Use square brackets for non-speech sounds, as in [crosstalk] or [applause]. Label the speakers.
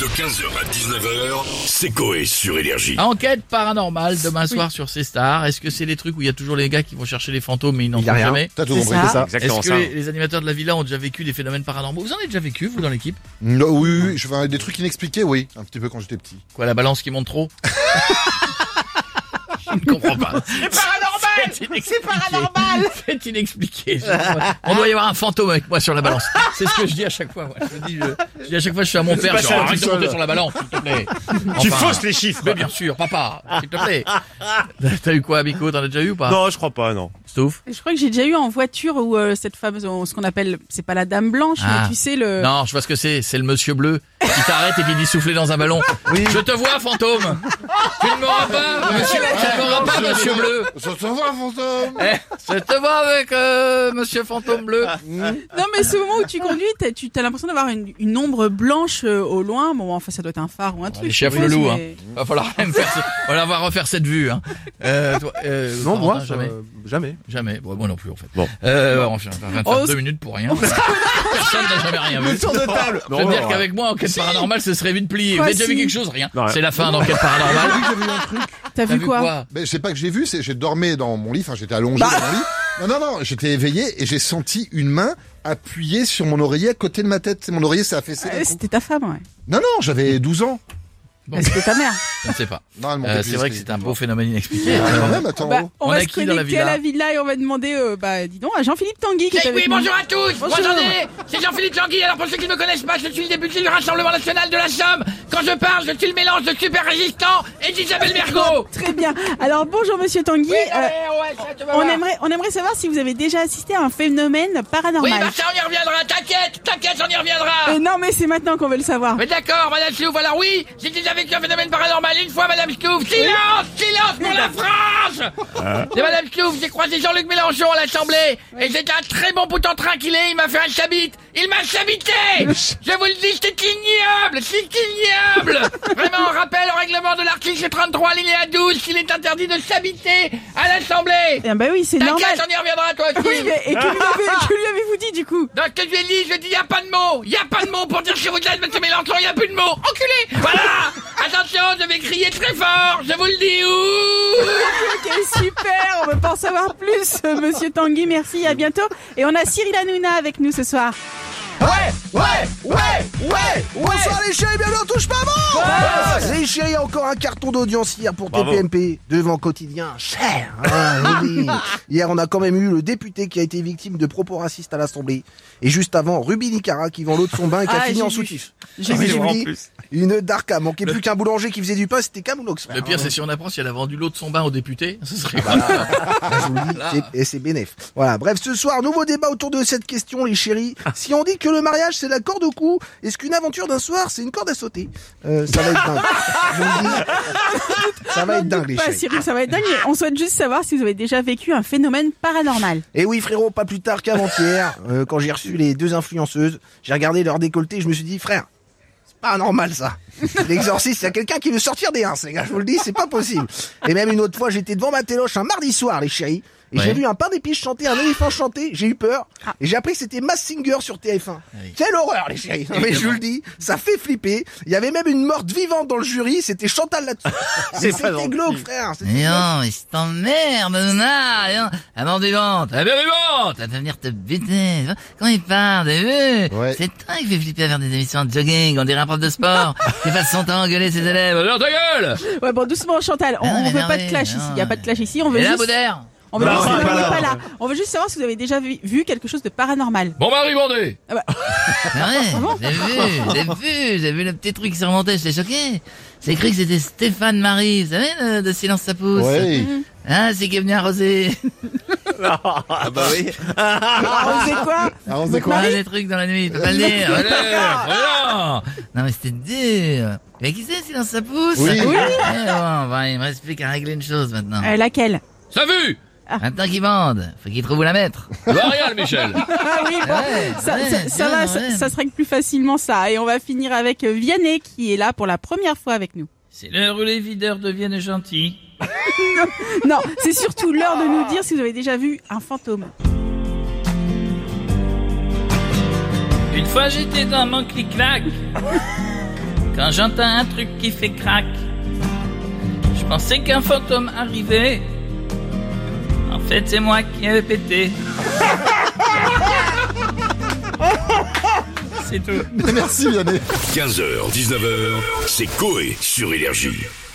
Speaker 1: De 15h à 19h, c'est Coé sur Énergie.
Speaker 2: Enquête paranormale demain soir sur ces stars. Est-ce que c'est les trucs où il y a toujours les gars qui vont chercher les fantômes mais ils n'en
Speaker 3: Il y a
Speaker 2: trouvent
Speaker 3: rien.
Speaker 2: jamais
Speaker 3: T'as tout
Speaker 4: C'est
Speaker 3: compris,
Speaker 4: ça.
Speaker 3: c'est ça
Speaker 2: Est-ce que les, les animateurs de la villa ont déjà vécu des phénomènes paranormaux Vous en avez déjà vécu, vous, dans l'équipe
Speaker 3: Non, Oui, oui, oui, je fais des trucs inexpliqués, oui. Un petit peu quand j'étais petit.
Speaker 2: Quoi, la balance qui monte
Speaker 4: [laughs]
Speaker 2: trop Je ne comprends pas.
Speaker 4: C'est paranormal
Speaker 2: C'est
Speaker 4: C'est
Speaker 2: inexpliqué.
Speaker 4: paranormal
Speaker 2: C'est inexpliqué. On doit y avoir un fantôme avec moi sur la balance. C'est ce que je dis à chaque fois. moi. Je, dis, je- je dis à chaque fois, je suis à mon père.
Speaker 3: pas
Speaker 2: Genre,
Speaker 3: ça,
Speaker 2: arrête
Speaker 3: tout
Speaker 2: de monter
Speaker 3: seul.
Speaker 2: sur la balance, s'il te plaît.
Speaker 5: Tu
Speaker 2: Enfin,
Speaker 5: fausses les chiffres.
Speaker 2: Mais bien sûr, papa, s'il te plaît. T'as eu quoi, Bico T'en as déjà eu ou pas
Speaker 5: Non, je crois pas, non.
Speaker 2: Stouff
Speaker 4: Je crois que j'ai déjà eu en voiture où euh, cette femme, euh, ce qu'on appelle, c'est pas la dame blanche,
Speaker 2: Ah.
Speaker 4: mais tu sais le...
Speaker 2: Non, je vois ce que c'est. C'est le monsieur bleu qui t'arrête et qui dit souffler dans un ballon. Je te vois, fantôme. tu ne m'auras pas, monsieur, tu ne m'auras pas, monsieur bleu.
Speaker 3: Ça se voit, fantôme
Speaker 2: Eh, je te vois avec euh, monsieur fantôme bleu.
Speaker 4: Non, mais ce moment où tu conduis, t'as, tu as l'impression d'avoir une, une ombre blanche euh, au loin. Bon, enfin, ça doit être un phare ou un truc.
Speaker 2: les
Speaker 4: je
Speaker 2: chefs hein.
Speaker 4: suppose,
Speaker 2: le loup,
Speaker 4: mais-
Speaker 2: Va falloir même faire ce- on va devoir refaire cette vue. Hein. Euh, toi, euh,
Speaker 6: Non,
Speaker 2: Valentin,
Speaker 6: moi, ça,
Speaker 2: jamais.
Speaker 6: euh, jamais.
Speaker 2: Jamais. Bon, moi non plus, en fait.
Speaker 5: Bon.
Speaker 2: Euh, on vient de faire
Speaker 4: Oh,
Speaker 2: deux
Speaker 4: c'est-
Speaker 2: minutes pour rien. Personne n'a jamais rien vu.
Speaker 6: de table.
Speaker 2: Je veux dire qu'avec moi, enquête paranormale, ce serait vite plié. Vous
Speaker 4: Quoi,
Speaker 2: avez déjà vu
Speaker 4: si
Speaker 2: quelque chose Rien.
Speaker 5: Non, rien.
Speaker 2: C'est la fin d'enquête paranormale.
Speaker 3: J'ai vu un truc.
Speaker 4: T'as,
Speaker 2: T'as
Speaker 4: vu quoi,
Speaker 3: Mais c'est pas que j'ai vu, c'est j'ai dormi dans mon lit, enfin j'étais allongé dans mon lit. Non, non, non, j'étais éveillé et j'ai senti une main appuyée sur mon oreiller à côté de ma tête. C'est Mon oreiller s'est affaissé. d'un
Speaker 4: Euh,
Speaker 3: coup.
Speaker 4: C'était ta femme, ouais.
Speaker 3: Non, non, j'avais 12 ans.
Speaker 2: Bon.
Speaker 4: Euh, C'était
Speaker 2: [laughs]
Speaker 4: ta mère.
Speaker 2: Je ne sais pas.
Speaker 3: Non, elle montait
Speaker 2: Euh,
Speaker 3: plus
Speaker 2: c'est vrai que
Speaker 3: les
Speaker 2: c'est un beau phénomène inexpliqué.
Speaker 3: escaliers. Ah,
Speaker 2: Euh,
Speaker 3: quand [laughs] même, attends.
Speaker 4: Bah, on,
Speaker 2: On a
Speaker 4: va se
Speaker 2: qui dans la
Speaker 4: connecter à
Speaker 2: villa
Speaker 4: la villa et on va demander, euh, bah, dis donc, à Jean-Philippe Tanguy qui est
Speaker 7: Eh
Speaker 4: avec
Speaker 7: oui,
Speaker 4: nous.
Speaker 7: bonjour à tous
Speaker 4: Bonjour.
Speaker 7: Bonjour C'est Jean-Philippe Languille, alors pour ceux qui ne me connaissent pas, je suis le député du Rassemblement National de la Somme. Quand je parle, je suis le mélange de super résistant et d'Isabelle Mergot
Speaker 4: Très bien. Alors, bonjour, monsieur Tanguy. Euh,
Speaker 7: Eh
Speaker 4: on, aimerait, on aimerait savoir si vous avez déjà assisté à un phénomène
Speaker 7: Oui,
Speaker 4: paranormal.
Speaker 7: bah ça, on y reviendra, t'inquiète, t'inquiète, on y reviendra
Speaker 4: Euh, non, mais c'est maintenant qu'on veut le savoir.
Speaker 7: Mais d'accord, Madame Stouff, alors oui, j'ai déjà vécu un phénomène paranormal une fois, Madame Stouff Silence, silence pour la France C'est Madame Stouff, j'ai croisé Jean-Luc Mélenchon à l'Assemblée, et c'était un très bon bout en train qu'il est, il m'a fait un chabit Il m'a chabité Je vous le dis, c'est ignoble C'est ignoble Vraiment, rappel au règlement de l'article 33, alinéa 12, qu'il est interdit de chabiter à l'Assemblée
Speaker 4: Eh ben oui, c'est normal.
Speaker 7: T'inquiète, on y reviendra, toi aussi
Speaker 4: Oui, mais- et que lui avez- que lui avez-vous dit du coup
Speaker 7: dans ce que je lui ai dit, je lui ai dit, y a pas de mots, y a pas de mots pour dire chez vous êtes, monsieur Mélenchon, y a plus de mots, enculé Voilà Attention, je vais crier très fort, je vous le dis, ouh
Speaker 4: Ok, super, on veut pas en savoir plus, euh, monsieur Tanguy, merci, à bientôt. Et on a Cyril Hanouna avec nous ce soir.
Speaker 6: Bonsoir les chéris, bienvenue, on touche pas bon Les chéris, encore un carton d'audience hier pour
Speaker 5: Bravo.
Speaker 6: TPMP, devant quotidien, cher
Speaker 4: [laughs]
Speaker 6: hein, oui. Hier, on a quand même eu le député qui a été victime de propos racistes à l'Assemblée. Et juste avant, Ruby Nicara qui vend l'eau de son bain et qui a
Speaker 4: Ah,
Speaker 6: fini
Speaker 4: j'ai
Speaker 6: en
Speaker 4: vu.
Speaker 6: soutif.
Speaker 4: J'ai
Speaker 6: Mais
Speaker 4: vu.
Speaker 6: je vous
Speaker 5: en
Speaker 6: dis,
Speaker 5: plus.
Speaker 6: Une dark à manquer plus qu'un boulanger qui faisait du pain, c'était Camoulox.
Speaker 2: Le pire, c'est si on apprend si elle a vendu l'eau de son bain au député. Ce serait
Speaker 6: Ah, je vous le dis, c'est- et c'est bénéf. Voilà. Bref, ce soir, nouveau débat autour de cette question, les chéris. Si on dit que le mariage, c'est la corde au cou, est-ce qu'une aventure d'un soir, c'est une corde à sauter? Euh, ça va être dingue. Je vous le dis, ça va être dingue, les
Speaker 4: Pas
Speaker 6: chéris.
Speaker 4: Cyril, ça va être dingue. mais On souhaite juste savoir si vous avez déjà vécu un phénomène paranormal.
Speaker 6: Et Eh oui, frérot, pas plus
Speaker 2: [laughs]
Speaker 6: tard qu'avant-hier, euh, quand j'ai reçu les deux influenceuses, j'ai regardé leur décolleté et je me suis dit, frère, c'est pas normal
Speaker 2: [laughs]
Speaker 6: ça. L'exorciste, il y a quelqu'un qui veut sortir des uns, les gars, je vous le dis, c'est pas possible. Et même une autre fois, j'étais devant ma téloche un mardi soir, les chéris, et
Speaker 2: Ouais. Ah.
Speaker 6: j'ai vu un pain d'épices chanter, un éléphant chanter, j'ai eu peur, et j'ai appris que c'était Mass Singer sur TF1.
Speaker 2: oui.
Speaker 6: Quelle horreur, les chéris. Non, mais je vous le dis, ça fait flipper. Il y avait même une morte vivante dans le jury, c'était
Speaker 2: [laughs]
Speaker 6: Chantal là-dessus. Mais C'était glauque, frère. c'était
Speaker 2: Mais
Speaker 6: glauque.
Speaker 2: non, mais c'est t'emmerde, Nana viens, hein. La mort vivante La mort vivante Elle va venir te buter Quand il part, t'as vu
Speaker 3: Ouais.
Speaker 2: C'est toi qui fais flipper à faire des émissions de jogging, on dirait un prof de [laughs] sport qui passe son temps à engueuler ses élèves Alors ta gueule
Speaker 4: Ouais, bon, doucement, Chantal, on,
Speaker 2: Ah,
Speaker 4: on
Speaker 2: mais
Speaker 4: veut
Speaker 2: non,
Speaker 4: pas
Speaker 2: mais
Speaker 4: de clash
Speaker 2: non,
Speaker 4: ici. Il y a pas de clash ici. On veut
Speaker 2: Et là,
Speaker 4: juste.
Speaker 2: Boudère
Speaker 4: on veut
Speaker 5: Non,
Speaker 4: juste-
Speaker 5: il est pas
Speaker 4: on est
Speaker 5: là.
Speaker 4: pas là. On veut juste savoir si vous avez déjà vu, vu quelque chose de paranormal.
Speaker 7: Bon mari bandé
Speaker 2: Ah ouais, j'ai vu, j'ai vu, j'ai vu le petit truc qui se remontait, j'étais choqué J'ai cru que c'était Stéphane Marie, vous savez, le- de Silence ça pousse
Speaker 3: Ouais.
Speaker 2: Ah, c'est qui est venu arroser
Speaker 4: Alors, vous savez
Speaker 3: Ah,
Speaker 4: quoi
Speaker 3: on se dit
Speaker 4: Votre
Speaker 3: quoi
Speaker 2: Ah,
Speaker 4: mari
Speaker 2: des trucs dans la nuit, je peux pas le dire. [laughs] Allez, voilà. Non, mais c'était dur. Mais qui sait si dans sa pousse
Speaker 3: Oui.
Speaker 2: Eh
Speaker 3: Oui.
Speaker 2: bon, ben, il me reste plus qu'à régler une chose maintenant.
Speaker 4: Euh, Laquelle
Speaker 7: Ça vu
Speaker 2: Maintenant qu'ils vendent, faut qu'ils trouvent où la mettre.
Speaker 7: L'Oréal, Michel
Speaker 4: Ah oui,
Speaker 2: [laughs]
Speaker 4: bon,
Speaker 2: Ouais,
Speaker 4: ça,
Speaker 2: ouais,
Speaker 4: ça- ça
Speaker 2: bien,
Speaker 4: va,
Speaker 2: ouais.
Speaker 4: ça, ça se règle plus facilement ça. Et on va finir avec euh, Vianney qui est là pour la première fois avec nous.
Speaker 2: C'est l'heure où les videurs deviennent gentils.
Speaker 4: Non, c'est surtout l'heure de nous dire si vous avez déjà vu un fantôme.
Speaker 2: Une fois j'étais dans mon clic-clac, Quand j'entends un truc qui fait crac, je pensais qu'un fantôme arrivait. En fait, c'est moi qui ai pété. c'est tout.
Speaker 3: Merci Vianney.
Speaker 1: 15h, 19h, c'est Coé sur Énergie.